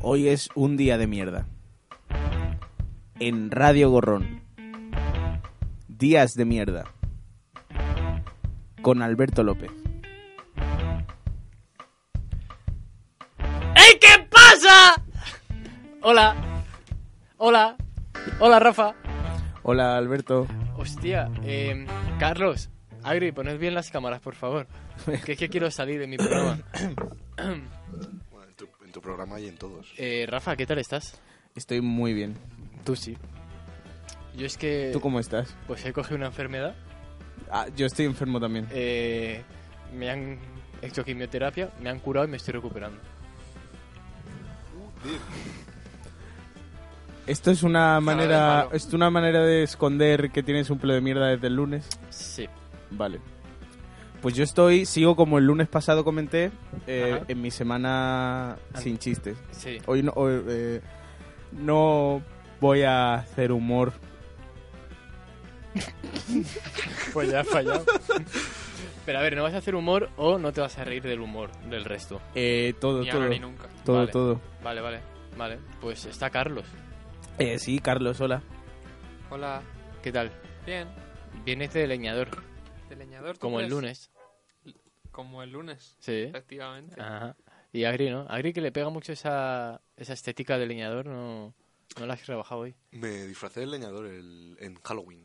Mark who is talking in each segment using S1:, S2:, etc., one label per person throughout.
S1: Hoy es un día de mierda. En Radio Gorrón. Días de mierda. Con Alberto López.
S2: ¡Ey, qué pasa! Hola. Hola. Hola, Rafa.
S1: Hola Alberto.
S2: Hostia, eh, Carlos, Agri, poned bien las cámaras, por favor. Que es que quiero salir de mi programa.
S3: Bueno, en, tu, en tu programa y en todos.
S2: Eh, Rafa, ¿qué tal estás?
S1: Estoy muy bien.
S2: Tú sí. Yo es que...
S1: ¿Tú cómo estás?
S2: Pues he cogido una enfermedad.
S1: Ah, yo estoy enfermo también.
S2: eh, me han hecho quimioterapia, me han curado y me estoy recuperando.
S1: Esto es una manera,
S2: malo.
S1: es una manera de esconder que tienes un pelo de mierda desde el lunes.
S2: Sí.
S1: Vale. Pues yo estoy, sigo como el lunes pasado comenté, eh,
S2: Ajá.
S1: en mi semana
S2: Ah.
S1: sin chistes.
S2: Sí.
S1: Hoy no, hoy, eh, no voy a hacer humor.
S2: Pues ya has fallado. Pero a ver, no vas a hacer humor o no te vas a reír del humor del resto.
S1: Eh, todo,
S4: Ni
S1: todo,
S4: ahora ni nunca.
S1: todo,
S2: Vale.
S1: todo.
S2: Vale, vale, vale. Pues está Carlos.
S1: Eh, sí, Carlos, hola.
S4: Hola,
S2: ¿Qué tal?
S4: bien,
S2: Vienes de leñador,
S4: de leñador. ¿tú
S2: como el
S4: crees?
S2: lunes. ¿Eh?
S4: Como el lunes,
S2: Sí.
S4: efectivamente.
S2: Ajá. Y Agri, ¿no? Agri que le pega mucho esa, esa estética de leñador, no, no la has trabajado hoy.
S3: Me disfracé del leñador el- en Halloween.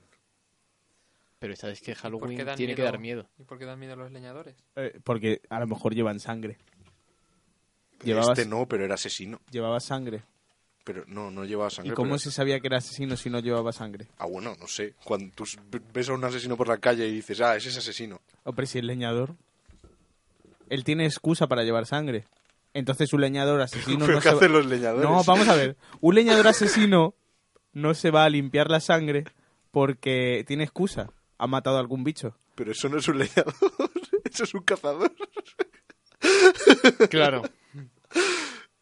S2: Pero sabes que
S4: ¿Por qué
S2: Halloween
S4: dan
S2: tiene que dar miedo.
S4: ¿Y por qué dan miedo los leñadores?
S1: Eh, porque a lo mejor llevan sangre. Llevabas,
S3: Este no, pero era asesino.
S1: llevaba sangre.
S3: Pero no, no llevaba sangre.
S1: ¿Y cómo
S3: pero-
S1: se sabía que era asesino si no llevaba sangre?
S3: Ah, bueno, no sé. Cuando tú s- ves a un asesino por la calle y dices, ah, ese es asesino.
S1: O Oh, pero si es leñador. Él tiene excusa para llevar sangre. Entonces un leñador asesino
S3: ¿Pero
S1: no
S3: qué
S1: se va-
S3: hacen los leñadores?
S1: No, vamos a ver. Un leñador asesino no se va a limpiar la sangre porque tiene excusa. Ha matado a algún bicho.
S3: Pero eso no es un leñador. eso es un cazador.
S2: Claro.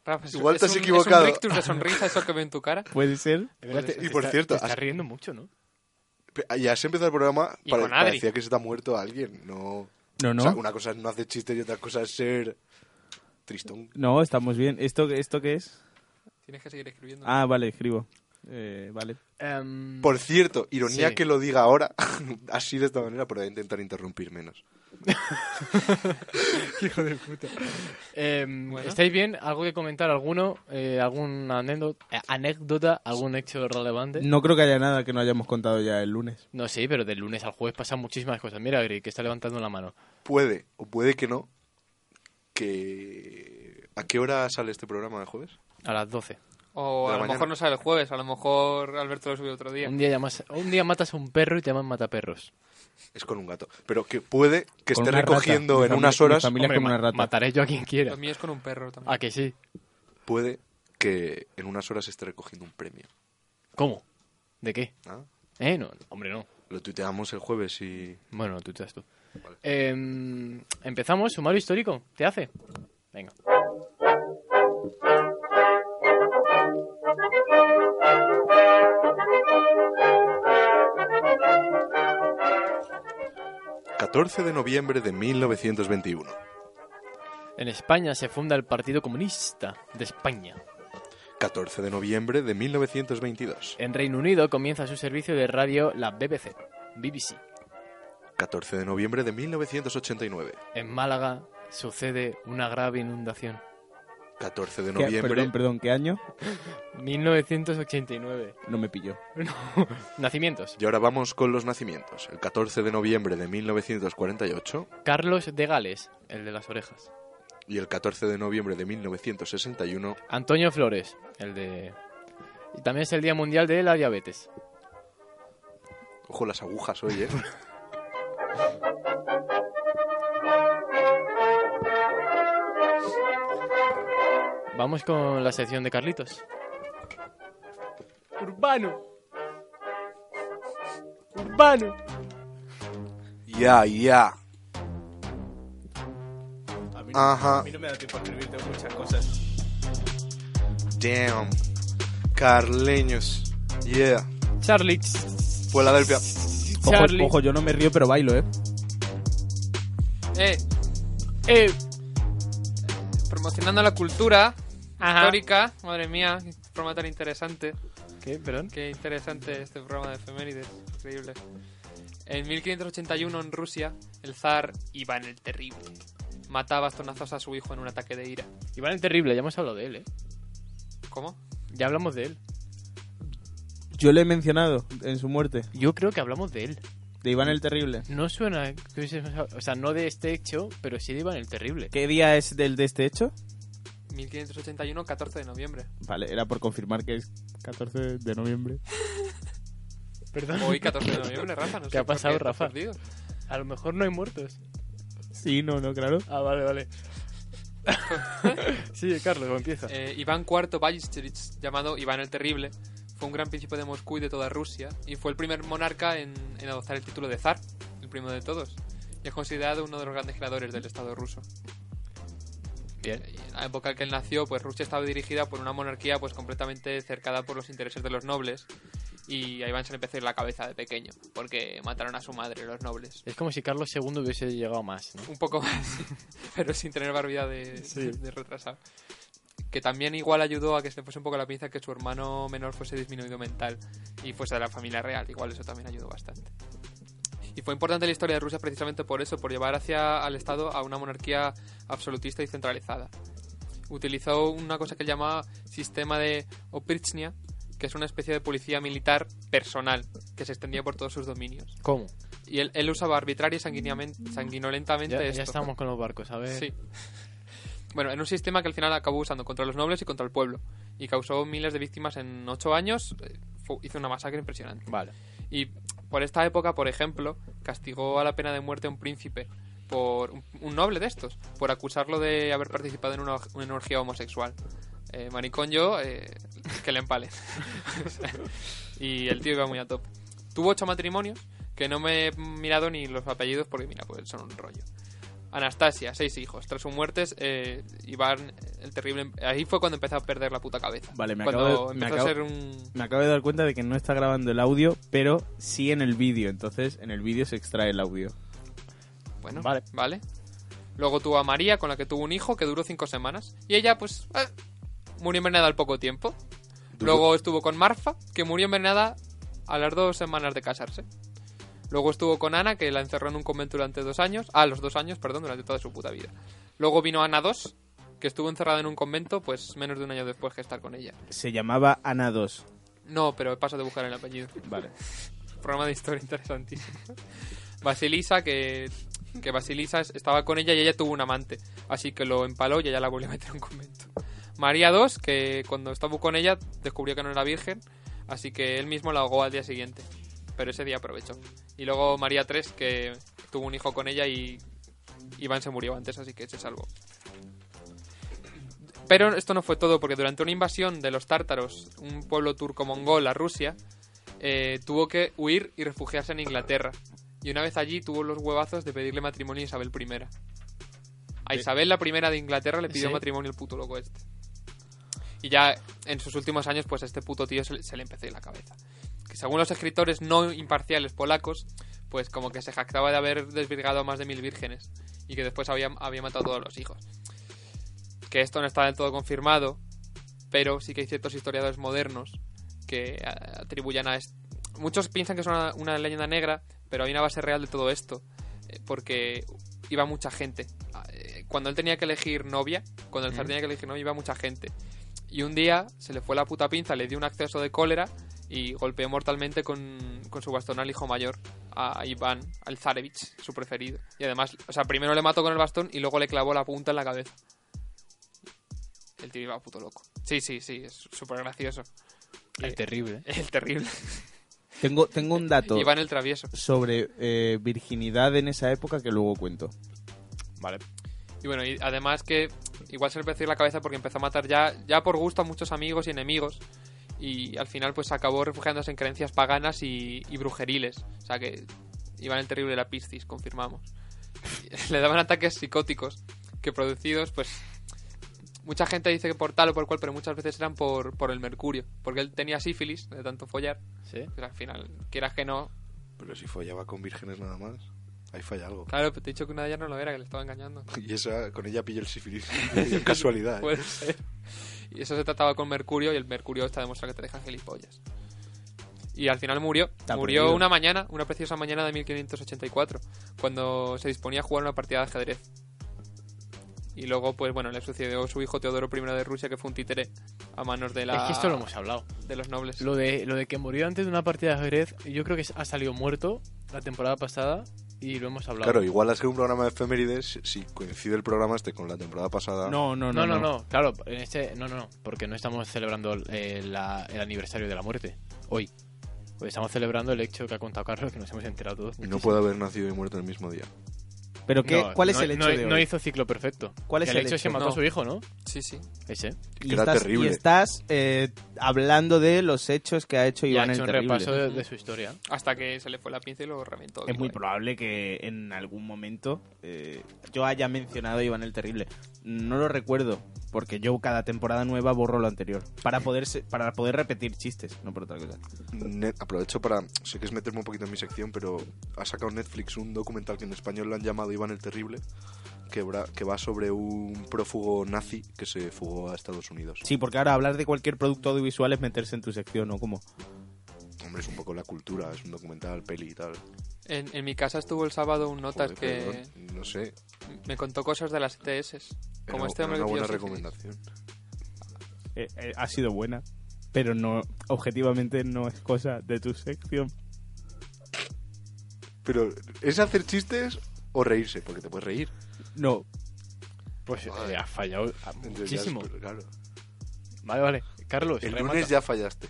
S4: Rafa, es-
S3: Igual
S4: es
S3: te has
S4: un-
S3: equivocado.
S4: Es un rictus de sonrisa eso que veo en tu cara.
S1: Puede ser.
S3: y por
S2: Te
S3: cierto, has-
S2: estás riendo mucho, ¿no?
S3: Pe- ah, Ya se empezó el programa,
S4: Y
S3: pare-
S4: con Adri.
S3: parecía que se te ha muerto alguien. No.
S1: No, no.
S3: O sea, una cosa es no hacer chistes y otra cosa es ser tristón.
S1: No, estamos bien. ¿Esto, ¿Esto qué es?
S4: Tienes que seguir escribiendo.
S1: Ah, vale, escribo. Eh, vale.
S2: Em,
S3: Por cierto, ironía
S2: Sí.
S3: que lo diga ahora, así de esta manera, pero voy a intentar interrumpir menos.
S2: em,
S4: Bueno.
S2: ¿Estáis bien? ¿Algo que comentar? ¿Alguno? Eh, ¿Alguna anécdota, Eh, anécdota? ¿Algún hecho relevante?
S1: No creo que haya nada que no hayamos contado ya el lunes.
S2: No sé, pero del lunes al jueves pasan muchísimas cosas. Mira, Agri, que está levantando la mano.
S3: Puede, o puede que no, que... ¿A qué hora sale este programa de jueves?
S2: A las 12.
S3: de
S4: o a
S3: la
S4: lo
S3: mañana.
S4: mejor no sale el jueves, a lo mejor Alberto lo subió otro día.
S2: Un día, llamas, un día matas a un perro y te llaman mataperros.
S3: Es con un gato. Pero que puede que
S1: Con
S3: esté
S1: una rata.
S3: recogiendo
S1: Mi
S3: en
S1: fami-
S3: unas
S1: mi
S3: horas,
S1: familia es
S2: Hombre,
S1: como una
S2: ma-
S1: rata.
S2: Mataré yo a quien quiera.
S4: Los míos con un perro también.
S2: ¿A que sí?
S3: puede que en unas horas esté recogiendo un premio.
S2: ¿Cómo? ¿De qué?
S3: ¿no?
S2: Eh, no, hombre, no.
S3: Lo tuiteamos el jueves y...
S2: Bueno, tú te das tú. Em, empezamos, sumario histórico. ¿Te hace? Venga.
S3: Vale. 14 de noviembre de 1921.
S2: En España se funda el Partido Comunista de España.
S3: 14 de noviembre de 1922.
S2: En Reino Unido comienza su servicio de radio la BBC. BBC.
S3: 14 de noviembre de 1989.
S2: En Málaga sucede una grave inundación.
S3: 14 de
S1: ¿Qué-
S3: noviembre...
S1: perdón, perdón, ¿qué año?
S2: 1989.
S1: No me pilló.
S2: Nacimientos.
S3: Y ahora vamos con los nacimientos. El 14 de noviembre de 1948
S2: Carlos de Gales, el de las orejas.
S3: y el 14 de noviembre de 1961.
S2: Antonio Flores, el de... Y también es el Día Mundial de la Diabetes.
S3: Ojo las agujas hoy, ¿eh?
S2: Vamos con la sección de Carlitos. Urbano. Urbano.
S3: Ya, ya.
S1: A mí,
S3: no- Ajá. a mí
S1: no me da tiempo a escribirte muchas cosas.
S3: Damn. Carleños. Yeah.
S2: Charlix.
S3: Filadelfia.
S1: Ojo,
S2: Charlie.
S1: ojo, yo no me río, pero bailo, ¿eh?
S4: Eh,
S2: Eh,
S4: promocionando la cultura,
S2: Ajá.
S4: histórica. Madre mía, qué programa tan interesante.
S2: ¿Qué? ¿Perdón?
S4: Qué interesante este programa de efemérides. Increíble. En 1581 en Rusia, el zar Iván el Terrible mata a bastonazos a su hijo en un ataque de ira.
S2: Iván el Terrible, ya hemos hablado de él, ¿eh?
S4: ¿Cómo?
S2: Ya hablamos de él.
S1: Yo le he mencionado en su muerte,
S2: Yo creo que hablamos de él.
S1: de Iván el Terrible.
S2: No suena que hubiésemos hab- O sea, no de este hecho, pero sí de Iván el Terrible.
S1: ¿Qué día es del de este hecho?
S4: 1581, 14 de noviembre.
S1: Vale, era por confirmar que es 14 de noviembre.
S2: Perdón.
S4: Hoy, 14 de noviembre, Rafa. No
S2: ¿Qué
S4: sé
S2: ha
S4: por
S2: pasado,
S4: te has
S2: Rafa?
S4: perdido.
S2: A lo mejor no hay muertos.
S1: Sí, no, no, claro.
S2: Ah, vale, vale. sí, Carlos, empieza.
S4: Eh, Iván IV Ballesteros, llamado Iván el Terrible, fue un gran príncipe de Moscú y de toda Rusia, y fue el primer monarca en, en adoptar el título de zar, el primo de todos, y es considerado uno de los grandes creadores del Estado ruso.
S2: Bien.
S4: Y En la época en que él nació, pues Rusia estaba dirigida por una monarquía pues completamente cercada por los intereses de los nobles, y a Iván se le empezó a ir la cabeza de pequeño, porque mataron a su madre, los nobles.
S2: Es como si Carlos II hubiese llegado más, ¿no?
S4: Un poco más, pero sin tener barbilla de,
S2: Sí.
S4: de retrasado. Que también igual ayudó a que se le fuese un poco la pinza que su hermano menor fuese disminuido mental y fuese de la familia real. Igual eso también ayudó bastante. Y fue importante en la historia de Rusia precisamente por eso, por llevar hacia al Estado a una monarquía absolutista y centralizada. Utilizó una cosa que él llamaba sistema de Oprichnia, que es una especie de policía militar personal que se extendía por todos sus dominios.
S2: ¿Cómo?
S4: Y él, él usaba arbitraria y sanguinamente- sanguinolentamente
S2: Ya,
S4: esto.
S2: ya estamos con los barcos, a ver.
S4: Sí. Bueno, en un sistema que al final acabó usando contra los nobles y contra el pueblo. Y causó miles de víctimas en ocho años. eh, fu- hizo una masacre impresionante.
S2: Vale.
S4: Y por esta época, por ejemplo, castigó a la pena de muerte a un príncipe, por un, un noble de estos, por acusarlo de haber participado en una, or- una orgía homosexual. Eh, maricón yo, eh, que le empalen. O sea, y el tío iba muy a top. Tuvo ocho matrimonios, que no me he mirado ni los apellidos porque, mira, pues son un rollo. Anastasia, seis hijos. Tras sus muertes, eh, Iván el Terrible... Ahí fue cuando empezó a perder la puta cabeza.
S1: Vale, me
S4: cuando
S1: acabo de- me
S4: empezó
S1: acabo-
S4: a ser un...
S1: Me acabo de dar cuenta de que no está grabando el audio, pero sí en el vídeo. Entonces, en el vídeo se extrae el audio.
S4: Bueno,
S2: Vale.
S4: vale. Luego tuvo a María, con la que tuvo un hijo que duró cinco semanas. Y ella, pues, eh, murió envenenada al poco tiempo.
S3: Duró-
S4: Luego estuvo con Marfa, que murió envenenada a las dos semanas de casarse. Luego estuvo con Ana, que la encerró en un convento durante dos años. Ah, los dos años, perdón, durante toda su puta vida. Luego vino Ana II, que estuvo encerrada en un convento, pues menos de un año después que estar con ella.
S1: Se llamaba Ana 2.
S4: No, pero paso de buscar el apellido
S1: Vale.
S4: programa de historia interesantísimo. Basilisa, que, que Basilisa es- estaba con ella y ella tuvo un amante, así que lo empaló y ella la volvió a meter en un convento. María II, que cuando estuvo con ella descubrió que no era virgen, así que él mismo la ahogó al día siguiente, pero ese día aprovechó. Y luego María III, que tuvo un hijo con ella y Iván se murió antes, así que se salvó. Pero esto no fue todo, porque durante una invasión de los tártaros, un pueblo turco-mongol a Rusia, eh, tuvo que huir y refugiarse en Inglaterra. Y una vez allí tuvo los huevazos de pedirle matrimonio a Isabel I. A Isabel la primera de Inglaterra le pidió
S2: Sí.
S4: matrimonio el puto loco este. Y ya en sus últimos años, pues a este puto tío se le, se le empezó a ir la cabeza. Que según los escritores no imparciales polacos, pues como que se jactaba de haber desvirgado a más de mil vírgenes y que después había, había matado a todos los hijos. Que esto no está del todo confirmado, pero sí que hay ciertos historiadores modernos que a- atribuyen a esto. Muchos piensan que es una, una leyenda negra, pero hay una base real de todo esto, eh, porque iba mucha gente. Ah, eh, Cuando él tenía que elegir novia, cuando el zar
S2: Ujú.
S4: tenía que elegir novia, iba mucha gente. Y un día se le fue la puta pinza, le dio un acceso de cólera y golpeó mortalmente con, con su bastón al hijo mayor, a Iván, al Zarevich, su preferido. Y además, o sea, primero le mató con el bastón y luego le clavó la punta en la cabeza. El tío iba puto loco. Sí, sí, sí, es súper gracioso. Eh,
S2: El Terrible.
S4: El terrible.
S1: Tengo, tengo un dato
S4: Iván el travieso.
S1: sobre eh, virginidad en esa época que luego cuento.
S2: Vale.
S4: Y bueno, y además que igual se le empezó a ir la cabeza porque empezó a matar ya, ya por gusto a muchos amigos y enemigos. Y al final pues acabó refugiándose en creencias paganas y, y brujeriles. O sea que Iván el terrible era Piscis, confirmamos. le daban ataques psicóticos que producidos pues... Mucha gente dice que por tal o por cual, pero muchas veces eran por, por el mercurio. Porque él tenía sífilis de tanto follar.
S2: ¿Sí?
S4: Pues al final, quieras que no...
S3: Pero si follaba con vírgenes nada más, ahí falla algo.
S4: Claro, pero te he dicho que una de ellas no lo era, que le estaba engañando.
S1: Pues,
S3: Y esa, con ella pillo el sífilis. Casualidad. ¿eh?
S4: Puede ser. Y eso se trataba con Mercurio y el Mercurio está demostrado que te deja gilipollas. Y al final murió.
S1: Está
S4: murió
S1: prohibido.
S4: una mañana, una preciosa mañana de 1584, cuando se disponía a jugar una partida de ajedrez. Y luego, pues bueno, le sucedió su hijo Teodoro I de Rusia, que fue un títere a manos de, la,
S2: Es que esto lo hemos hablado.
S4: de los nobles.
S2: Lo de, lo de que murió antes de una partida de ajedrez, yo creo que ha salido muerto la temporada pasada y lo hemos hablado.
S3: Claro, igual hacer un programa de efemérides, si coincide el programa este con la temporada pasada.
S1: No, no,
S2: no, no, no, claro, en este, no, no, no, porque no estamos celebrando eh, la- el aniversario de la muerte hoy. Hoy estamos celebrando el hecho que ha contado Carlos, que nos hemos enterado todos.
S3: No
S2: muchísimo.
S3: puede haber nacido y muerto el mismo día.
S1: ¿Pero qué,
S2: No,
S1: cuál es
S2: no-
S1: el hecho
S2: no,
S1: de hoy?
S2: No hizo ciclo perfecto.
S1: ¿Cuál es
S2: el,
S1: el
S2: hecho? Es que
S1: hecho?
S2: mató a
S4: No.
S2: su hijo, ¿no?
S4: Sí, sí.
S2: Ese.
S1: Y
S3: que era
S1: estás,
S3: terrible.
S1: y estás, eh, hablando de los hechos que ha hecho
S2: Y ha
S1: Iván
S2: hecho
S1: el
S2: un
S1: Terrible.
S2: repaso de, de su historia.
S4: Hasta que se le fue la pinza y lo reventó.
S1: Es
S4: vivo
S1: muy
S4: ahí.
S1: probable que en algún momento eh, yo haya mencionado a Iván el Terrible. No lo recuerdo, porque yo cada temporada nueva borro lo anterior. Para poder, se- para poder repetir chistes, no por otra cosa.
S3: Ne- aprovecho para. Sé que es meterme un poquito en mi sección, pero ha sacado Netflix un documental que en español lo han llamado Iván el Terrible, que, bra- que va sobre un prófugo nazi que se fugó a Estados Unidos.
S1: Sí, porque ahora hablar de cualquier producto audiovisual es meterse en tu sección, ¿no? Como,
S3: Hombre, es un poco la cultura, es un documental, peli y tal.
S4: En, en mi casa estuvo el sábado un notas
S3: Joder,
S4: que
S3: perdón, No sé.
S4: me contó cosas de las TS. Como
S3: era-
S4: este
S3: era
S4: hombre
S3: una
S4: que yo
S3: buena
S4: sé que-
S3: recomendación.
S1: eh, eh, ha sido buena, pero no, objetivamente no es cosa de tu sección.
S3: Pero, ¿es hacer chistes o reírse? Porque te puedes reír.
S1: No,
S2: Pues eh,
S3: Madre.
S2: ha fallado ah,
S3: Entonces,
S2: muchísimo.
S3: ya- pero claro.
S2: Vale, vale. Carlos,
S3: El
S2: remata.
S3: lunes ya fallaste.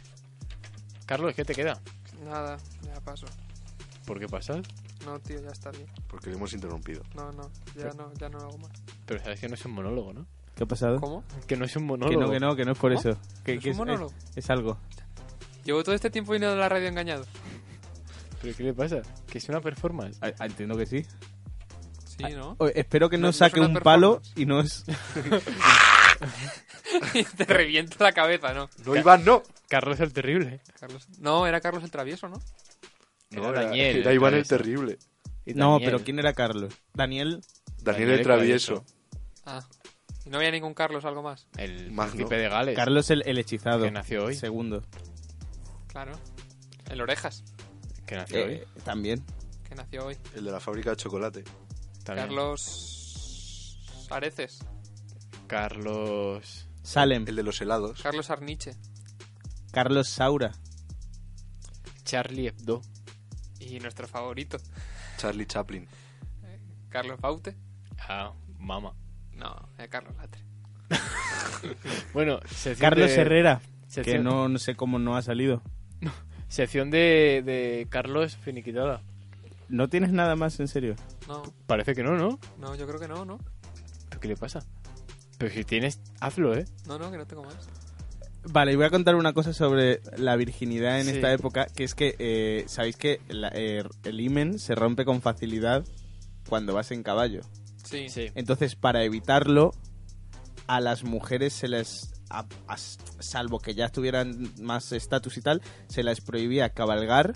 S2: Carlos, ¿qué te queda?
S4: Nada, ya paso.
S2: ¿Por qué pasas?
S4: No, tío, ya está bien.
S3: Porque lo hemos interrumpido.
S4: No, no, ya no, ya no lo hago más.
S2: Pero sabes que no es un monólogo, ¿no?
S1: ¿qué ha pasado?
S4: ¿Cómo?
S2: Que no es un
S1: Que
S2: monólogo.
S1: no, que no, que no es por
S4: ¿No?
S1: eso. Que,
S4: ¿Es
S1: que
S4: un monólogo?
S1: es- es algo.
S4: Llevo todo este tiempo viniendo a la radio engañado.
S2: ¿Pero qué le pasa? Que es una performance.
S1: Ah, ah, Entiendo que sí.
S4: Sí, ¿no?
S1: O- espero que no,
S4: No, no es
S1: saque
S4: una
S1: un palo
S4: performance.
S1: y no es...
S4: Y te revienta la cabeza, ¿no?
S3: No, Iván, no.
S2: Carlos el Terrible.
S4: Carlos. No, era Carlos el Travieso, ¿no?
S3: No,
S2: Era Daniel,
S3: era
S2: el
S3: Iván el
S2: travieso.
S3: Terrible.
S2: Y
S1: No,
S2: Daniel.
S1: pero ¿quién era Carlos? Daniel
S3: Daniel,
S2: Daniel
S3: el Travieso.
S4: Ah. Y no había ningún Carlos, algo más.
S2: El
S3: Magno.
S2: príncipe de Gales.
S1: Carlos el, el hechizado.
S2: Que nació hoy.
S1: Segundo.
S4: Claro. El Orejas,
S2: Que nació hoy.
S1: Eh, también.
S4: que nació hoy.
S3: El de la fábrica de chocolate.
S2: También.
S4: Carlos Areces.
S2: Carlos.
S1: Salem.
S3: El de los helados.
S4: Carlos Arniche.
S1: Carlos Saura.
S2: Charlie Hebdo.
S4: Y nuestro favorito,
S3: Charlie Chaplin.
S4: Carlos Baute.
S2: Ah, mama.
S4: No, eh, Carlos Latre.
S2: Bueno, sección
S1: Carlos
S2: de-
S1: Herrera. Que
S2: Sección,
S1: no, no sé cómo no ha salido.
S2: sección de, de Carlos finiquitada.
S1: ¿No tienes nada más en serio?
S4: No,
S2: Parece que no, ¿no?
S4: no, yo creo que no, no.
S2: ¿Pero qué le pasa? Pero si tienes, hazlo, ¿eh?
S4: No, no, que no tengo más.
S1: Vale, y voy a contar una cosa sobre la virginidad en
S2: Sí.
S1: esta época, que es que eh, sabéis que la- eh, el himen se rompe con facilidad cuando vas en caballo.
S4: Sí.
S1: Entonces, para evitarlo, a las mujeres se les, a- a- salvo que ya tuvieran más estatus y tal, se les prohibía cabalgar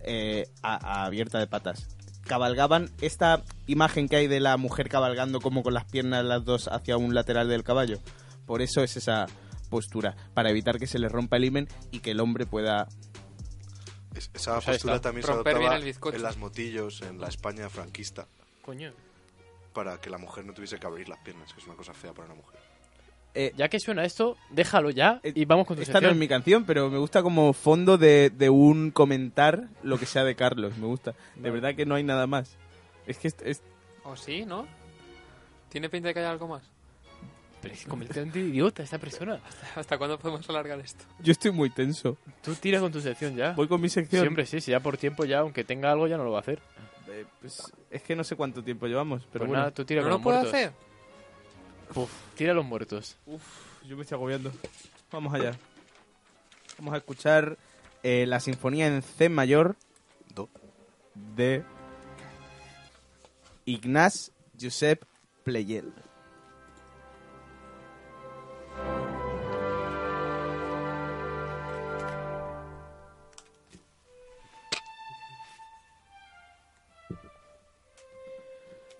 S1: eh, a, a abierta de patas. Cabalgaban esta imagen que hay de la mujer cabalgando como con las piernas las dos hacia un lateral del caballo. Por eso es esa postura, para evitar que se les rompa el himen y que el hombre pueda...
S3: Es- esa
S2: Pues ahí
S3: postura
S2: está.
S3: también
S4: Romper
S3: se
S4: bien
S3: adoptaba
S4: el bizcocho.
S3: en las motillos, en la España franquista,
S2: Coño.
S3: para que la mujer no tuviese que abrir las piernas, que es una cosa fea para una mujer.
S1: Eh,
S2: Ya que suena esto, déjalo ya
S1: Eh,
S2: y vamos con tu
S1: esta no es
S2: sección.
S1: mi canción, pero me gusta como fondo de, de un comentar lo que sea de Carlos. Me gusta. De verdad que no hay nada más. Es que es- es-
S4: ¿O sí, no? ¿Tiene pinta de que haya algo más?
S2: Pero es completamente idiota esta persona.
S4: ¿Hasta cuándo podemos alargar esto?
S1: yo estoy muy tenso.
S2: Tú tiras con tu sección ya.
S1: Voy con mi sección.
S2: Siempre sí, si ya por tiempo ya, aunque tenga algo ya no lo va a hacer.
S1: Eh, pues, es que no sé cuánto tiempo llevamos, pero
S2: Pero
S1: bueno.
S2: Pues nada, tú tira
S4: ¿No
S2: con
S4: lo
S2: los
S4: puedo
S2: muertos.
S4: hacer?
S2: Puf, tira a los muertos.
S1: Yo me estoy agobiando. Vamos allá. Vamos a escuchar eh, la sinfonía en C mayor
S3: Do.
S1: de Ignaz Josep Pleyel.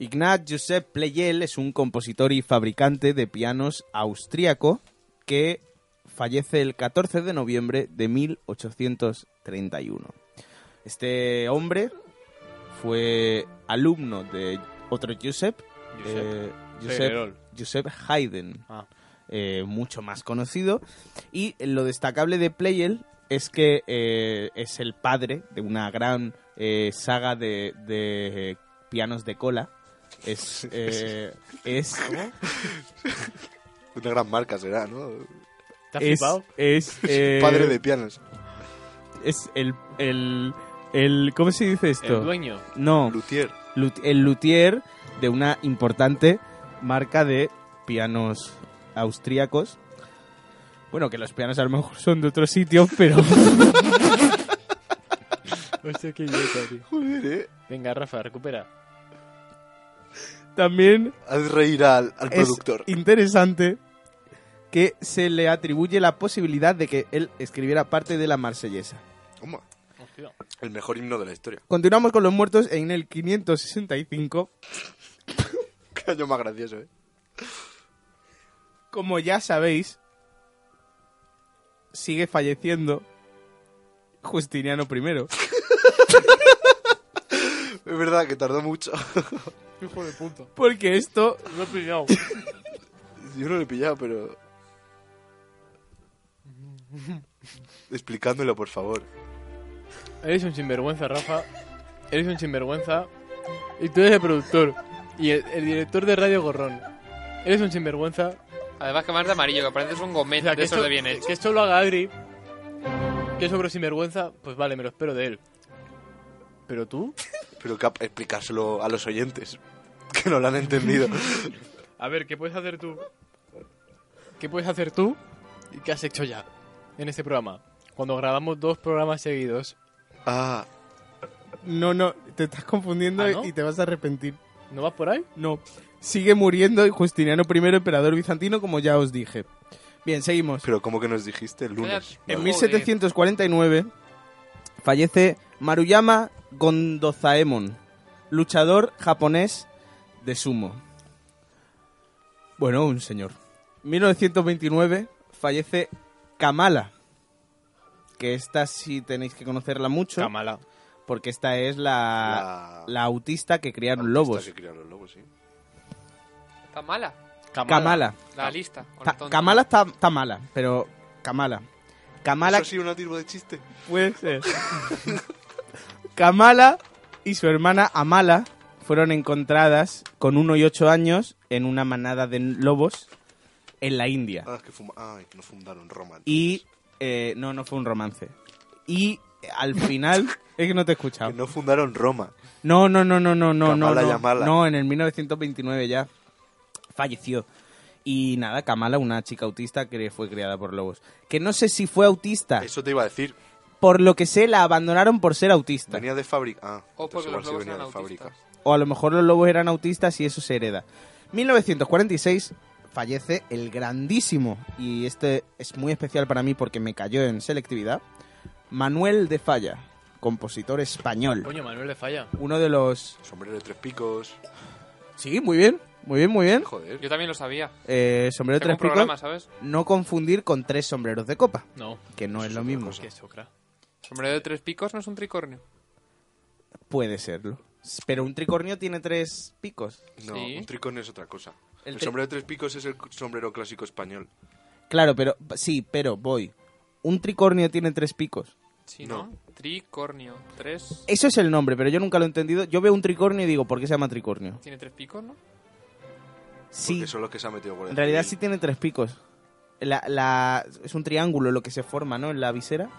S1: Ignaz Josep Pleyel es un compositor y fabricante de pianos austríaco que fallece el 14 de noviembre de 1831. Este hombre fue alumno de otro Joseph, eh, Joseph,
S2: Federol.
S1: Joseph Haydn,
S2: Ah.
S1: eh, mucho más conocido. Y lo destacable de Playel es que eh, es el padre de una gran eh, saga de, de eh, pianos de cola. Es, eh, es,
S3: Una gran marca será, ¿no?
S2: ¿Te has
S1: es,
S2: flipado?
S1: es, eh,
S3: Padre de pianos.
S1: es el, el, el- ¿cómo se dice
S2: El
S1: esto?
S2: dueño.
S1: No,
S3: Luthier.
S1: lut- el luthier de una importante marca de pianos austríacos. Bueno, que los pianos a lo mejor son de otro sitio, pero
S2: Hostia, qué idiota, tío.
S3: Joder, eh.
S2: Venga, Rafa, recupera.
S1: también
S3: Haz reír al, al
S1: es
S3: productor.
S1: interesante que se le atribuye la posibilidad de que él escribiera parte de la marsellesa.
S3: Toma,
S2: Hostia.
S3: el mejor himno de la historia.
S1: Continuamos con los muertos en el 565.
S3: Qué año más gracioso, ¿eh?
S1: Como ya sabéis, sigue falleciendo Justiniano I.
S3: Es verdad que tardó mucho.
S2: Hijo de puta.
S1: Porque esto
S2: Lo he pillado.
S3: Yo no lo he pillado, pero... Explicándolo, por favor.
S2: Eres un sinvergüenza, Rafa. Eres un sinvergüenza. Y tú eres el productor. Y el, el director de Radio Gorrón. Eres un sinvergüenza.
S4: Además que más de amarillo, que pareces un
S2: O
S4: gomet
S2: sea,
S4: de esos
S2: esto-
S4: de bien hecho.
S2: que esto lo haga Adri. Que sobre sinvergüenza, pues vale, me lo espero de él. Pero tú.
S3: Pero cap, explicárselo a los oyentes. Que no lo han entendido.
S2: A ver, ¿qué puedes hacer tú? ¿Qué puedes hacer tú? ¿Y qué has hecho ya? En este programa. Cuando grabamos dos programas seguidos.
S3: Ah,
S1: No, no, te estás confundiendo
S2: ¿Ah, no?
S1: y te vas a arrepentir.
S2: ¿No vas por ahí?
S1: No, sigue muriendo y Justiniano I, emperador bizantino, como ya os dije. Bien, seguimos.
S3: pero ¿cómo que nos dijiste el lunes? Ah,
S1: En
S4: Joder.
S1: 1749 fallece Maruyama Gondozaemon, luchador japonés de sumo. Bueno, un señor. 1929 fallece Kamala, que esta sí tenéis que conocerla mucho,
S2: Kamala.
S1: porque esta es la,
S3: La-
S1: la autista que criaron
S3: Artista
S1: lobos.
S3: que cría los lobos, sí.
S4: Está mala
S1: Kamala.
S4: la lista. o la
S1: Ta-
S4: tonta.
S1: Kamala está, está mala, pero Kamala. Kamala
S3: Eso sí, un atisbo de chiste.
S1: Puede ser. Kamala y su hermana Amala fueron encontradas con 1 y 8 años en una manada de lobos en la India.
S3: Ah, que fuma... Ay, que no fundaron Roma.
S1: Y. eh, no, no fue un romance. Y eh, al final. es que no te he
S3: Que
S1: escuchado.
S3: no fundaron Roma.
S1: No, no, no, no, no, no, no,
S3: Kamala y
S1: no.
S3: Amala.
S1: No, en el 1929 ya falleció. Y nada, Kamala, una chica autista que fue criada por lobos. Que no sé si fue autista.
S3: Eso te iba a decir.
S1: Por lo que sé, la abandonaron por ser autista.
S3: Venía de fábrica. Ah,
S4: O
S3: entonces
S4: porque
S3: igual
S4: los
S3: sí
S4: lobos
S3: venía
S4: eran
S3: de fábrica.
S4: autistas.
S1: o a lo mejor los lobos eran autistas y eso se hereda. 1946 fallece el grandísimo, y este es muy especial para mí porque me cayó en selectividad, Manuel de Falla, compositor español.
S2: Coño, Manuel de Falla.
S1: Uno de los...
S3: Sombrero de tres picos.
S1: Sí, muy bien, muy bien, muy bien.
S3: Joder.
S4: Yo también lo sabía.
S1: Eh, sombrero de
S4: Tengo
S1: tres
S4: un programa,
S1: picos,
S4: ¿sabes?
S1: no confundir con tres sombreros de copa,
S2: No.
S1: que no es lo
S3: otra
S1: mismo.
S3: cosa.
S2: Qué socra.
S4: Sombrero de tres picos no es un tricornio.
S1: Puede serlo. Pero un tricornio tiene tres picos.
S3: No,
S4: Sí.
S3: un tricón es otra cosa.
S1: El
S3: El,
S1: tri-
S3: sombrero de tres picos es el sombrero clásico español.
S1: Claro, pero sí, pero voy. Un tricornio tiene tres picos.
S4: Sí, ¿no? Tricornio. Tres.
S1: Eso es el nombre, pero yo nunca lo he entendido. Yo veo un tricornio y digo, ¿por qué se llama tricornio?
S4: Tiene tres picos, ¿no?
S1: Sí,
S3: Porque son los que se ha metido por el
S1: en realidad sí
S3: civil.
S1: tiene tres picos. La, la- es un triángulo lo que se forma, ¿no? En la visera.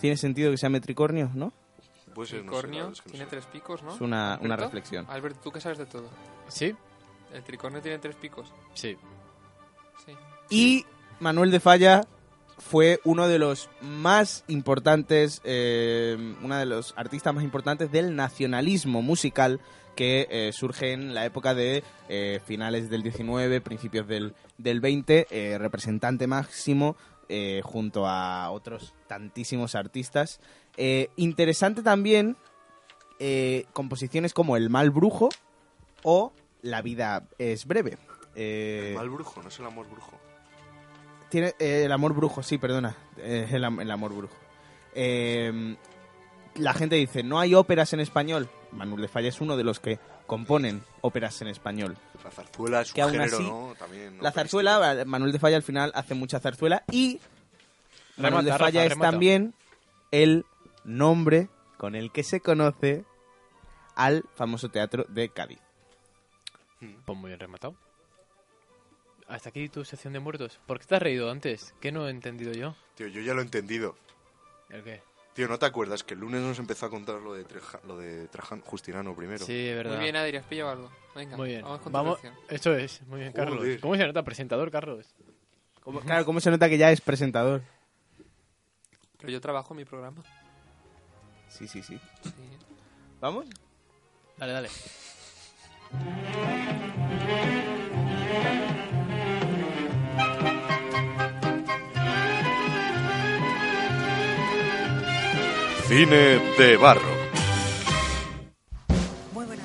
S1: Tiene sentido que se llame tricornio, ¿no?
S3: Puede ser, no sé, la
S4: Tricornio
S3: verdad Pues es que no
S4: tiene
S3: sé.
S4: tres picos, ¿no?
S1: Es una, una
S4: ¿Alberto?
S1: reflexión.
S4: Albert, tú que sabes de todo.
S2: ¿Sí?
S4: El tricornio tiene tres picos.
S2: Sí.
S4: Sí.
S1: Y Manuel de Falla fue uno de los más importantes, eh, uno de los artistas más importantes del nacionalismo musical que eh, surge en la época de eh, finales del 19, principios del, del 20, eh, representante máximo eh, junto a otros tantísimos artistas. Eh, interesante también eh, composiciones como El mal brujo o La vida es breve. Eh,
S3: El mal brujo, no es el amor brujo.
S1: Tiene eh, el amor brujo, sí, perdona. eh, el, am- el amor brujo. Eh, la gente dice, no hay óperas en español. Manuel de Falla es uno de los que componen óperas en español.
S3: La zarzuela es un
S1: Que aún
S3: género,
S1: así,
S3: ¿no? También, ¿no?
S1: la zarzuela, Manuel de Falla al final hace mucha zarzuela y Manuel de
S2: Remata,
S1: Falla
S2: Rafa,
S1: es
S2: remata.
S1: también el nombre con el que se conoce al famoso teatro de Cádiz.
S2: Pues muy bien rematado. Hasta aquí tu sección de muertos. ¿Por qué te has reído antes? ¿Qué no he entendido yo?
S3: Tío, yo ya lo he entendido.
S2: ¿El qué?
S3: Tío, ¿no te acuerdas que el lunes nos empezó a contar lo de, Treja- lo de Trajano, Justiniano primero?
S2: Sí, es verdad.
S4: Muy bien, Adri, has pillado algo. Venga,
S2: Muy bien.
S4: vamos con tu
S2: Vamos,
S4: sección.
S2: eso es. Muy bien, Carlos.
S3: Joder.
S2: ¿Cómo se nota presentador, Carlos?
S1: Como- claro, ¿cómo se nota que ya es presentador?
S4: Pero yo trabajo en mi programa.
S1: Sí, sí, sí.
S4: Sí.
S1: ¿Vamos?
S2: Dale, dale.
S3: Cine de barro.
S5: Muy buena.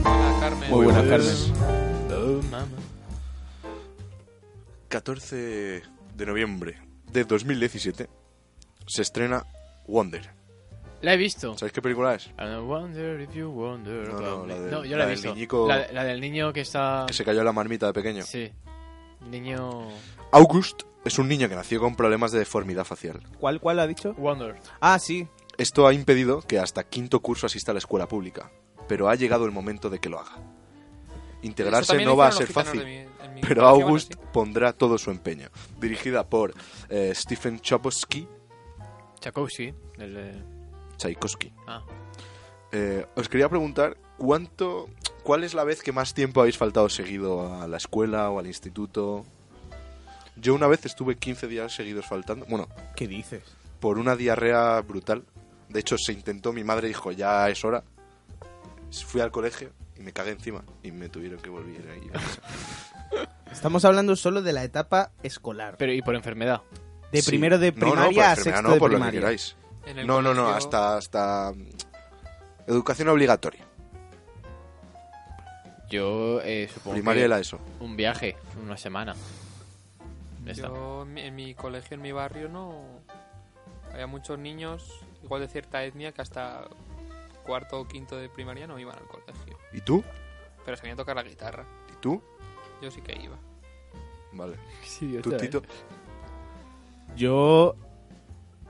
S4: Hola, Ah, Carmen.
S1: Muy buena,
S3: buenas.
S1: Carmen.
S2: Oh, mamá.
S3: 14 de noviembre de 2017 se estrena Wonder.
S2: La he visto.
S3: ¿Sabéis qué película es?
S2: And I wonder if you wonder
S3: No, no,
S2: about
S3: la
S2: me.
S3: del-
S2: No, yo
S3: la
S2: la he
S3: del
S2: visto.
S3: niñico-
S2: La, la del niño que está...
S4: Ah.
S3: Que se cayó la marmita de pequeño.
S2: Sí. Niño...
S3: August es un niño que nació con problemas de deformidad facial.
S1: ¿Cuál, cuál ha dicho?
S2: Wonder.
S1: Ah, sí.
S3: Esto ha impedido que hasta quinto curso asista a la escuela pública, pero ha llegado el momento de que lo haga.
S4: Eso
S3: Integrarse
S4: también
S3: no va a
S4: hicieron
S3: ser
S4: los
S3: fácil,
S4: gitanos de mi- en mi
S3: pero
S4: colegio,
S3: August
S4: Ah, bueno,
S3: pondrá todo su empeño. Dirigida por eh, Stephen Chbosky,
S2: Tchaikovsky. El eh, de-
S3: Tchaikovsky.
S2: Ah.
S3: Eh, os quería preguntar cuánto, cuál es la vez que más tiempo habéis faltado seguido a la escuela o al instituto. Yo una vez estuve 15 días seguidos faltando, bueno,
S1: ¿Qué dices?
S3: por una diarrea brutal. De hecho, se intentó, mi madre dijo, ya es hora. Fui al colegio y me cagué encima y me tuvieron que volver ahí. a casa.
S1: Estamos hablando solo de la etapa escolar.
S2: Pero y por enfermedad.
S1: De
S3: Sí.
S1: primero de
S3: No, no, por
S1: primaria a
S3: enfermedad
S1: sexto
S3: no,
S1: de
S3: por lo que
S1: primaria.
S3: queráis.
S4: en el
S3: No, no, no,
S4: colegio-
S3: hasta, hasta mm, educación obligatoria.
S2: Yo eh, supongo
S3: Primaria
S2: que
S3: y la ESO.
S2: un viaje, una semana. Ya está.
S4: Yo en mi- en mi colegio, en mi barrio, no. Había muchos niños, igual de cierta etnia, que hasta cuarto o quinto de primaria no iban al colegio.
S3: ¿Y tú?
S4: Pero sabían tocar la guitarra.
S3: ¿Y tú?
S4: Yo sí que iba.
S3: Vale.
S2: Sí,
S3: ¿Tú, Tito?
S1: Yo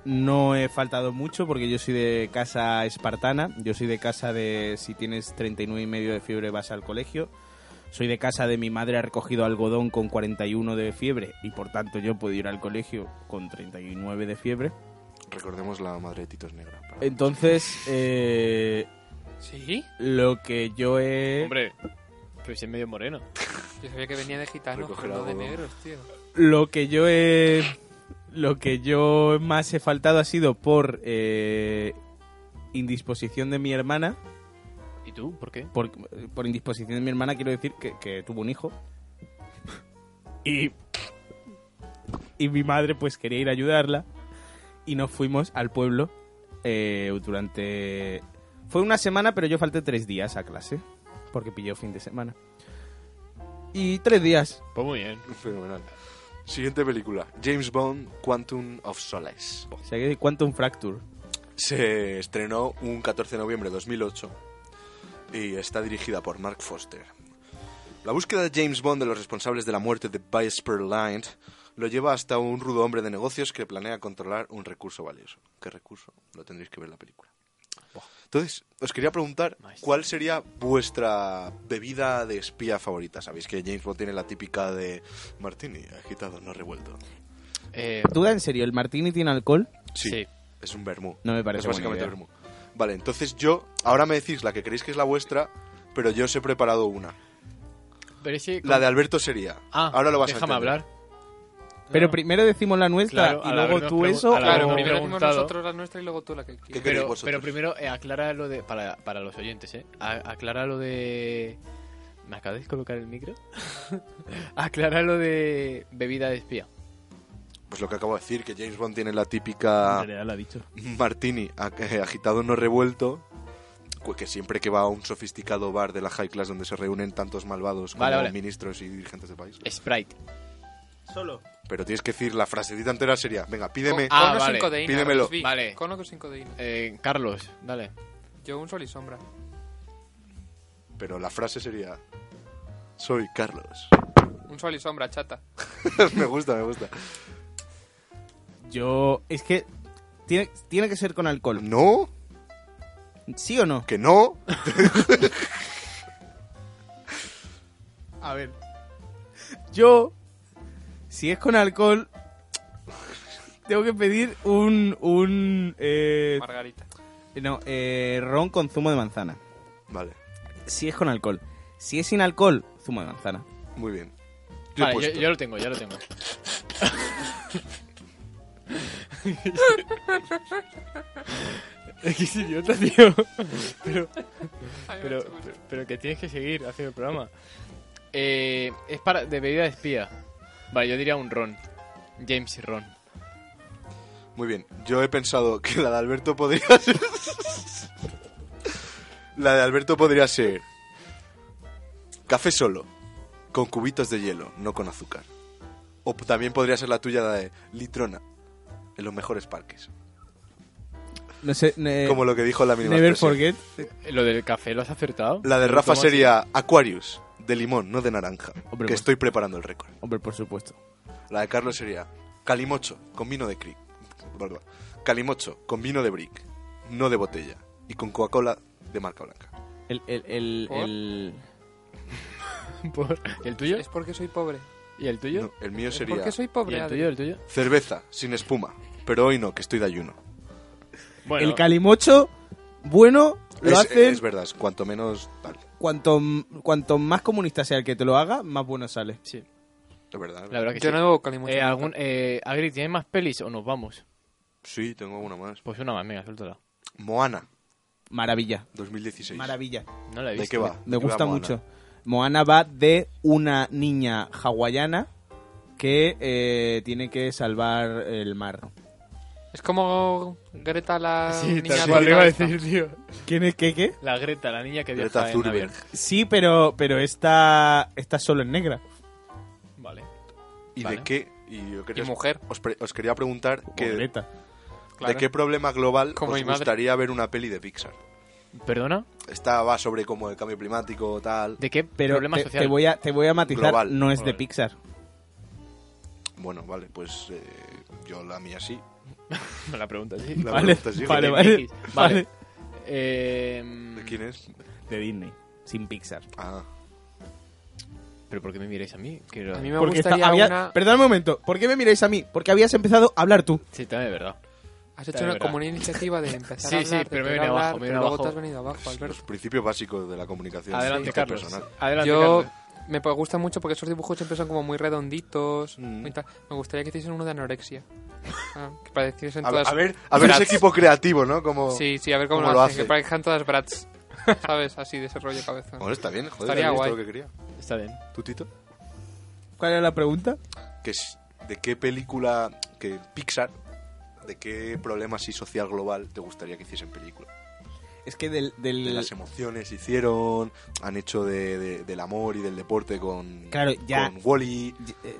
S1: no he faltado mucho porque yo soy de casa espartana. Yo soy de casa de si tienes 39 y medio de fiebre vas al colegio. Soy de casa de mi madre ha recogido algodón con 41 de fiebre y por tanto yo puedo ir al colegio con 39 de fiebre.
S3: Recordemos la madre de Tito es negra. para-
S1: Entonces, eh,
S4: ¿Sí?
S1: lo que yo he...
S2: Hombre, pero si es medio moreno.
S4: Yo sabía que venía de gitanos,
S3: Recoger
S4: pero no de
S3: algodón.
S4: negros, tío.
S1: Lo que yo he. Lo que yo más he faltado ha sido por eh, indisposición de mi hermana.
S2: ¿Y tú? ¿Por qué?
S1: Por, por indisposición de mi hermana quiero decir que, que tuvo un hijo. Y. Y mi madre, pues, quería ir a ayudarla. Y nos fuimos al pueblo eh, durante. Fue una semana, pero yo falté tres días a clase. Porque pilló fin de semana. Y tres días.
S2: Pues muy bien.
S3: Fenomenal. Siguiente película. James Bond, Quantum of Solace.
S1: O sea que Quantum Fracture.
S3: Se estrenó un 14 de noviembre de 2008 y está dirigida por Mark Foster. La búsqueda de James Bond de los responsables de la muerte de Vesper Line lo lleva hasta un rudo hombre de negocios que planea controlar un recurso valioso. ¿Qué recurso? Lo tendréis que ver en la película. Entonces, os quería preguntar, ¿cuál sería vuestra bebida de espía favorita? Sabéis que James Bond tiene la típica de martini, agitado, no revuelto.
S2: Eh,
S1: ¿Duda en serio? ¿El martini tiene alcohol?
S3: Sí.
S2: Sí.
S3: Es un vermú.
S1: No me parece
S3: Es básicamente
S1: buena
S3: vermú. Vale, entonces yo, ahora me decís la que creéis que es la vuestra, pero yo os he preparado una.
S2: pero ese-
S3: La de Alberto sería.
S2: Ah,
S3: ahora lo vas
S2: déjame
S3: a entender.
S2: hablar.
S1: Pero primero decimos la nuestra
S2: Claro,
S1: y
S2: al
S1: luego
S2: habernos
S1: tú
S2: pregun-
S1: eso.
S2: al
S4: Claro,
S1: o-
S2: habernos
S4: primero hacemos
S2: preguntado.
S4: nosotros la nuestra y luego tú la que
S3: ¿Qué
S4: quieras.
S3: queréis
S2: Pero,
S3: vosotros?
S2: pero primero eh, aclara lo de. Para, para los oyentes, ¿eh? A- aclara lo de. ¿Me acabáis de colocar el micro? aclara lo de bebida de espía.
S3: Pues lo que acabo de decir, que James Bond tiene la típica
S1: En realidad lo ha dicho.
S3: martini ag- eh, agitado no revuelto, cu- que siempre que va a un sofisticado bar de la high class donde se reúnen tantos malvados como
S2: Vale, vale.
S3: ministros y dirigentes de país.
S2: Sprite.
S1: Solo.
S3: Pero tienes que decir la frasecita entera sería, venga, pídeme.
S2: Ah,
S4: Cono
S2: vale.
S4: 5 de Ina.
S3: Pídemelo.
S4: Rosby.
S2: Vale.
S4: Cono 5 de Ina.
S2: Eh, Carlos, dale.
S4: Yo un sol y sombra.
S3: Pero la frase sería, soy Carlos.
S4: Un sol y sombra, chata.
S3: me gusta, me gusta.
S1: Yo. Es que. Tiene, tiene que ser con alcohol.
S3: No,
S1: ¿Sí o no?
S3: que no.
S1: A ver. Yo. Si es con alcohol. Tengo que pedir un. Un. eh,
S4: Margarita.
S1: no, eh, ron con zumo de manzana.
S3: Vale,
S1: Si es con alcohol. Si es sin alcohol, zumo de manzana.
S3: muy bien. Yo
S2: Vale,
S3: he
S2: yo,
S3: puesto-
S2: yo lo tengo, ya lo tengo. Es que es idiota, tío. Pero, pero, pero que tienes que seguir haciendo el programa. Eh, es para de bebida de espía. Vale, yo diría un ron. James y Ron. Eh,
S3: Muy bien, yo he pensado que la de Alberto podría ser... la de Alberto podría ser... Café solo, con cubitos de hielo, no con azúcar. O p- también podría ser la tuya la de Litrona, en los mejores parques.
S1: No sé. ne-
S3: Como lo que dijo la misma
S1: Eh, Never
S3: expresión.
S1: forget.
S2: ¿Lo del café lo has acertado?
S3: La de
S2: ¿Lo
S3: Rafa
S2: tomas?
S3: sería Aquarius, de limón, no de naranja,
S1: Hombre,
S3: que
S1: pues-
S3: estoy preparando el récord.
S1: Hombre, por supuesto.
S3: La de Carlos sería Calimocho, con vino de cric. bla, bla. Calimocho, con vino de brick, no de botella, y con Coca-Cola de marca blanca.
S1: El. el, el,
S4: ¿Por?
S1: el-
S2: Por- ¿Y el tuyo?
S4: Es porque soy pobre.
S2: ¿Y el tuyo?
S3: No, el mío
S4: Es
S3: sería
S4: porque soy
S2: ¿Y
S4: pobre.
S2: el
S4: Adri.
S2: tuyo? ¿El tuyo?
S3: cerveza, sin espuma, pero hoy no, que estoy de ayuno.
S2: Bueno,
S1: el calimocho, bueno, lo
S3: es,
S1: hacen.
S3: es verdad, cuanto menos tal.
S1: cuanto, cuanto más comunista sea el que te lo haga, más bueno sale.
S2: sí,
S3: De verdad.
S2: la verdad que
S4: Yo
S2: sí.
S4: no debo calimocho.
S2: Eh, algún, eh, Agri, ¿tienes más pelis o nos vamos?
S3: Sí, tengo una más.
S2: Pues una más, venga, suéltala.
S3: Moana,
S1: Maravilla.
S3: 2016.
S1: Maravilla.
S2: No la he
S3: ¿De
S2: visto.
S3: qué va? ¿De
S1: Me
S3: qué va
S1: gusta
S3: Moana?
S1: mucho. Moana va de una niña hawaiana que eh, tiene que salvar el mar.
S4: Es como Greta la
S2: Sí,
S4: niña
S2: tal
S4: de
S2: cual
S4: la
S2: iba a
S4: esta.
S2: decir, tío.
S1: ¿Quién es qué qué?
S2: La Greta, la niña que
S3: Greta
S2: viaja en avión.
S3: Thunberg.
S1: Sí, pero, pero esta, esta solo es negra.
S2: Vale.
S3: ¿Y
S2: Vale.
S3: de qué? Y, yo quería-
S4: Y mujer.
S3: Os, pre- os quería preguntar que,
S1: Como Greta.
S4: Claro.
S3: de qué problema global
S4: Como mi
S3: os
S4: madre.
S3: gustaría ver una peli de Pixar.
S2: ¿Perdona?
S3: Esta va sobre como el cambio climático, tal.
S2: ¿De qué
S1: Pero
S2: problema
S1: te,
S4: eh,
S2: social?
S1: te voy a, te voy a matizar,
S3: Global.
S1: no es de
S2: Global.
S1: Pixar.
S3: Bueno, vale, pues eh, yo la mía sí.
S2: Me la pregunta, sí.
S3: La
S1: Vale,
S3: pregunta sí,
S1: vale,
S3: joder.
S1: vale,
S2: Vale.
S1: vale.
S2: Eh,
S3: ¿De quién es?
S1: De Disney, sin Pixar.
S3: Ah,
S2: ¿Pero por qué me miráis a mí? Quiero...
S4: A mí me
S1: Porque está-
S4: gustaría
S1: había-
S4: una...
S1: Perdón un momento, ¿por qué me miráis a mí? Porque habías empezado a hablar tú.
S2: Sí, también es verdad.
S4: Has
S2: de
S4: hecho una,
S2: verdad.
S4: como una iniciativa de empezar
S2: Sí,
S4: a hablar,
S2: sí,
S4: de
S2: pero me
S4: querer
S2: viene abajo,
S4: hablar,
S2: me
S4: pero
S2: viene
S4: luego
S2: abajo.
S4: te has venido abajo,
S3: los
S4: Alberto.
S3: principios básicos de la comunicación
S2: Adelante, Carlos.
S3: interpersonal.
S2: Adelante,
S4: Yo
S2: Carlos.
S4: me pa- gusta mucho porque esos dibujos siempre son como muy redonditos.
S3: Mm.
S4: muy tal. Me gustaría que hiciesen uno de anorexia. Ah, que pareciesen
S3: A,
S4: todas.
S3: a ver, a ver ese
S4: Bratz.
S3: equipo creativo, ¿no? Como...
S4: Sí, sí, a ver cómo,
S3: ¿Cómo
S4: lo
S3: lo
S4: hacen.
S3: hace?
S4: Que parezcan todas brats. ¿Sabes? Así de ese rollo cabezón.
S3: Bueno, está bien, joder,
S4: Estaría
S3: ya he visto
S4: guay.
S3: lo que quería.
S2: Está bien.
S3: ¿Tú, Tito?
S1: ¿Cuál era la pregunta?
S3: que es- ¿De qué película, que Pixar, de qué problema así social global te gustaría que hiciesen película?
S1: Es que del,
S3: De
S1: del
S3: las emociones hicieron, han hecho de, de- del amor y del deporte con,
S1: Claro, ya.
S3: con Wally.
S1: eh,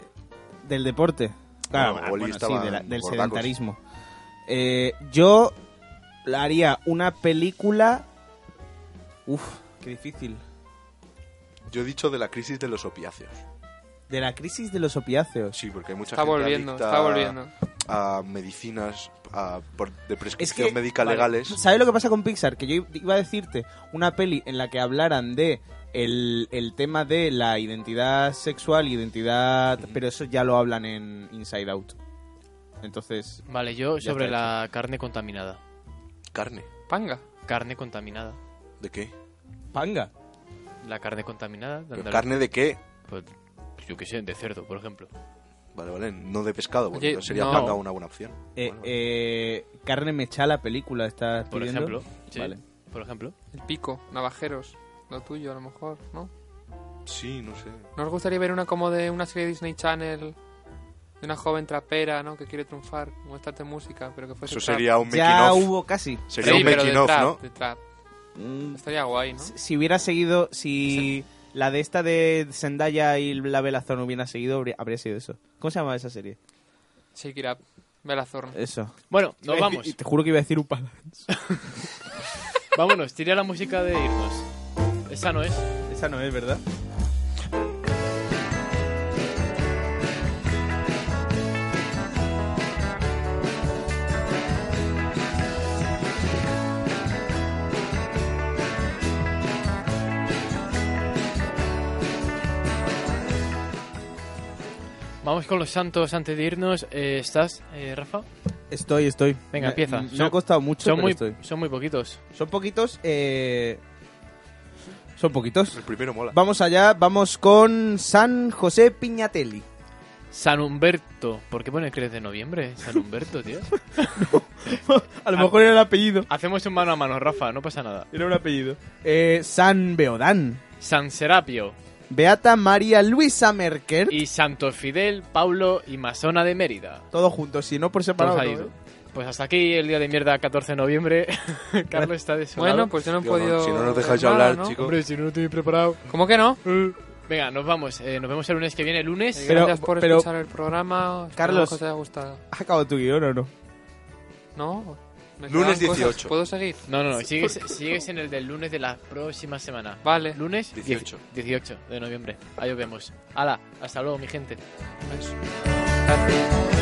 S1: del deporte. Claro,
S3: Bueno,
S1: ah,
S3: Oli
S1: bueno, sí,
S3: estaba
S1: de la-
S3: en
S1: del
S3: Gordacos.
S1: sedentarismo. Eh, yo haría una película. Uf, qué difícil.
S3: Yo he dicho de la crisis de los opiáceos.
S1: De la crisis de los opiáceos.
S3: Sí, porque hay mucha
S4: Está
S3: gente
S4: volviendo,
S3: adicta
S4: está volviendo.
S3: a medicinas a- por- de
S1: Es
S3: prescripción
S1: que.
S3: médica
S1: vale,
S3: legales.
S1: ¿Sabes lo que pasa con Pixar? Que yo iba a decirte una peli en la que hablaran de. El, el tema de la identidad sexual, identidad. Pero eso ya lo hablan en Inside Out. Entonces,
S2: Vale, yo
S1: Ya
S2: sobre
S1: está
S2: la carne contaminada.
S3: Carne.
S4: Panga.
S2: Carne contaminada.
S3: ¿De qué?
S1: panga.
S2: La carne contaminada. de
S3: ¿Pero
S2: Andalucía.
S3: ¿Carne de qué?
S2: Pues, yo qué sé, de cerdo, por ejemplo.
S3: Vale, vale, no de pescado, porque
S4: Oye,
S3: entonces sería
S4: no.
S3: panga una buena opción.
S1: Eh,
S3: Vale, vale.
S1: eh, carne mechá la película, está
S2: Por
S1: pidiendo?
S2: ejemplo. sí,
S1: Vale.
S2: Por ejemplo.
S4: El pico, navajeros, lo tuyo a lo mejor, ¿no?
S3: Sí, no sé.
S4: ¿No os gustaría ver una como de una serie de Disney Channel de una joven trapera, ¿no? Que quiere triunfar, como esta de música, pero que fuese
S3: Eso
S4: trap.
S3: sería un making
S1: Ya
S3: of.
S1: hubo casi.
S3: Sería
S4: Sí,
S3: un
S4: pero
S3: making
S4: de
S3: of,
S4: trap,
S3: ¿no?
S4: de trap.
S1: Mm,
S4: Estaría guay, ¿no?
S1: si- Si hubiera seguido, si la de esta de Zendaya y la Belazón hubiera seguido, habría, habría sido eso. ¿Cómo se llama esa serie?
S4: Shake it up. Velazorn.
S3: Eh,
S1: Eso.
S2: Bueno,
S1: Iba a
S2: nos
S1: decir-
S2: vamos.
S1: y te juro que iba a decir Upa Dance.
S2: Vámonos, tira la música de irnos. Esa no es.
S1: Esa no es, ¿verdad?
S2: Vamos con los santos antes de irnos. Eh, ¿Estás, eh, Rafa?
S1: Estoy, estoy.
S2: Venga,
S1: Me-
S2: empieza.
S1: Me,
S2: Son-
S1: ha costado mucho,
S2: Son
S1: pero
S2: muy,
S1: estoy.
S2: son muy poquitos.
S1: Son poquitos, eh... Son poquitos.
S3: El primero mola.
S1: Vamos allá, vamos con San José Piñatelli.
S2: San Humberto. ¿Por qué pone crees de noviembre? San Humberto, tío.
S1: A
S2: lo mejor
S1: era el apellido.
S2: Hacemos un mano a mano, Rafa, no pasa nada.
S1: Era un apellido. Eh, San Beodán.
S2: San Serapio
S1: Beata María Luisa Merker.
S2: y Santo Fidel, Paulo y Masona de Mérida.
S1: Todos juntos, si no por separado.
S2: Todos ha
S1: ¿no?
S2: ido. Pues hasta aquí el día de mierda 14 de noviembre. Carlos está desolado.
S4: Bueno, pues yo no he
S3: Tío, no,
S4: podido.
S3: si no nos dejáis
S4: ver
S3: hablar,
S4: ¿no?
S3: chicos.
S2: Hombre, si no lo estoy preparado.
S4: ¿Cómo que no?
S1: Eh,
S4: Eh,
S2: Venga, nos vamos. Eh, nos vemos el lunes que viene. Lunes.
S1: Pero-
S4: Gracias por
S1: pero-
S4: escuchar el programa. Espero
S1: Carlos.
S4: que os haya gustado.
S1: ¿Has acabado tu guión o no?
S4: ¿No? Me
S3: Lunes
S4: quedan cosas.
S3: 18.
S4: ¿Puedo seguir?
S2: No, no, no. Sigues, sigues en el del lunes de la próxima semana.
S4: Vale.
S2: Lunes
S3: 18.
S4: Pues,
S2: 18 de noviembre. Ahí os vemos. Hala, hasta luego, mi gente.
S4: Gracias.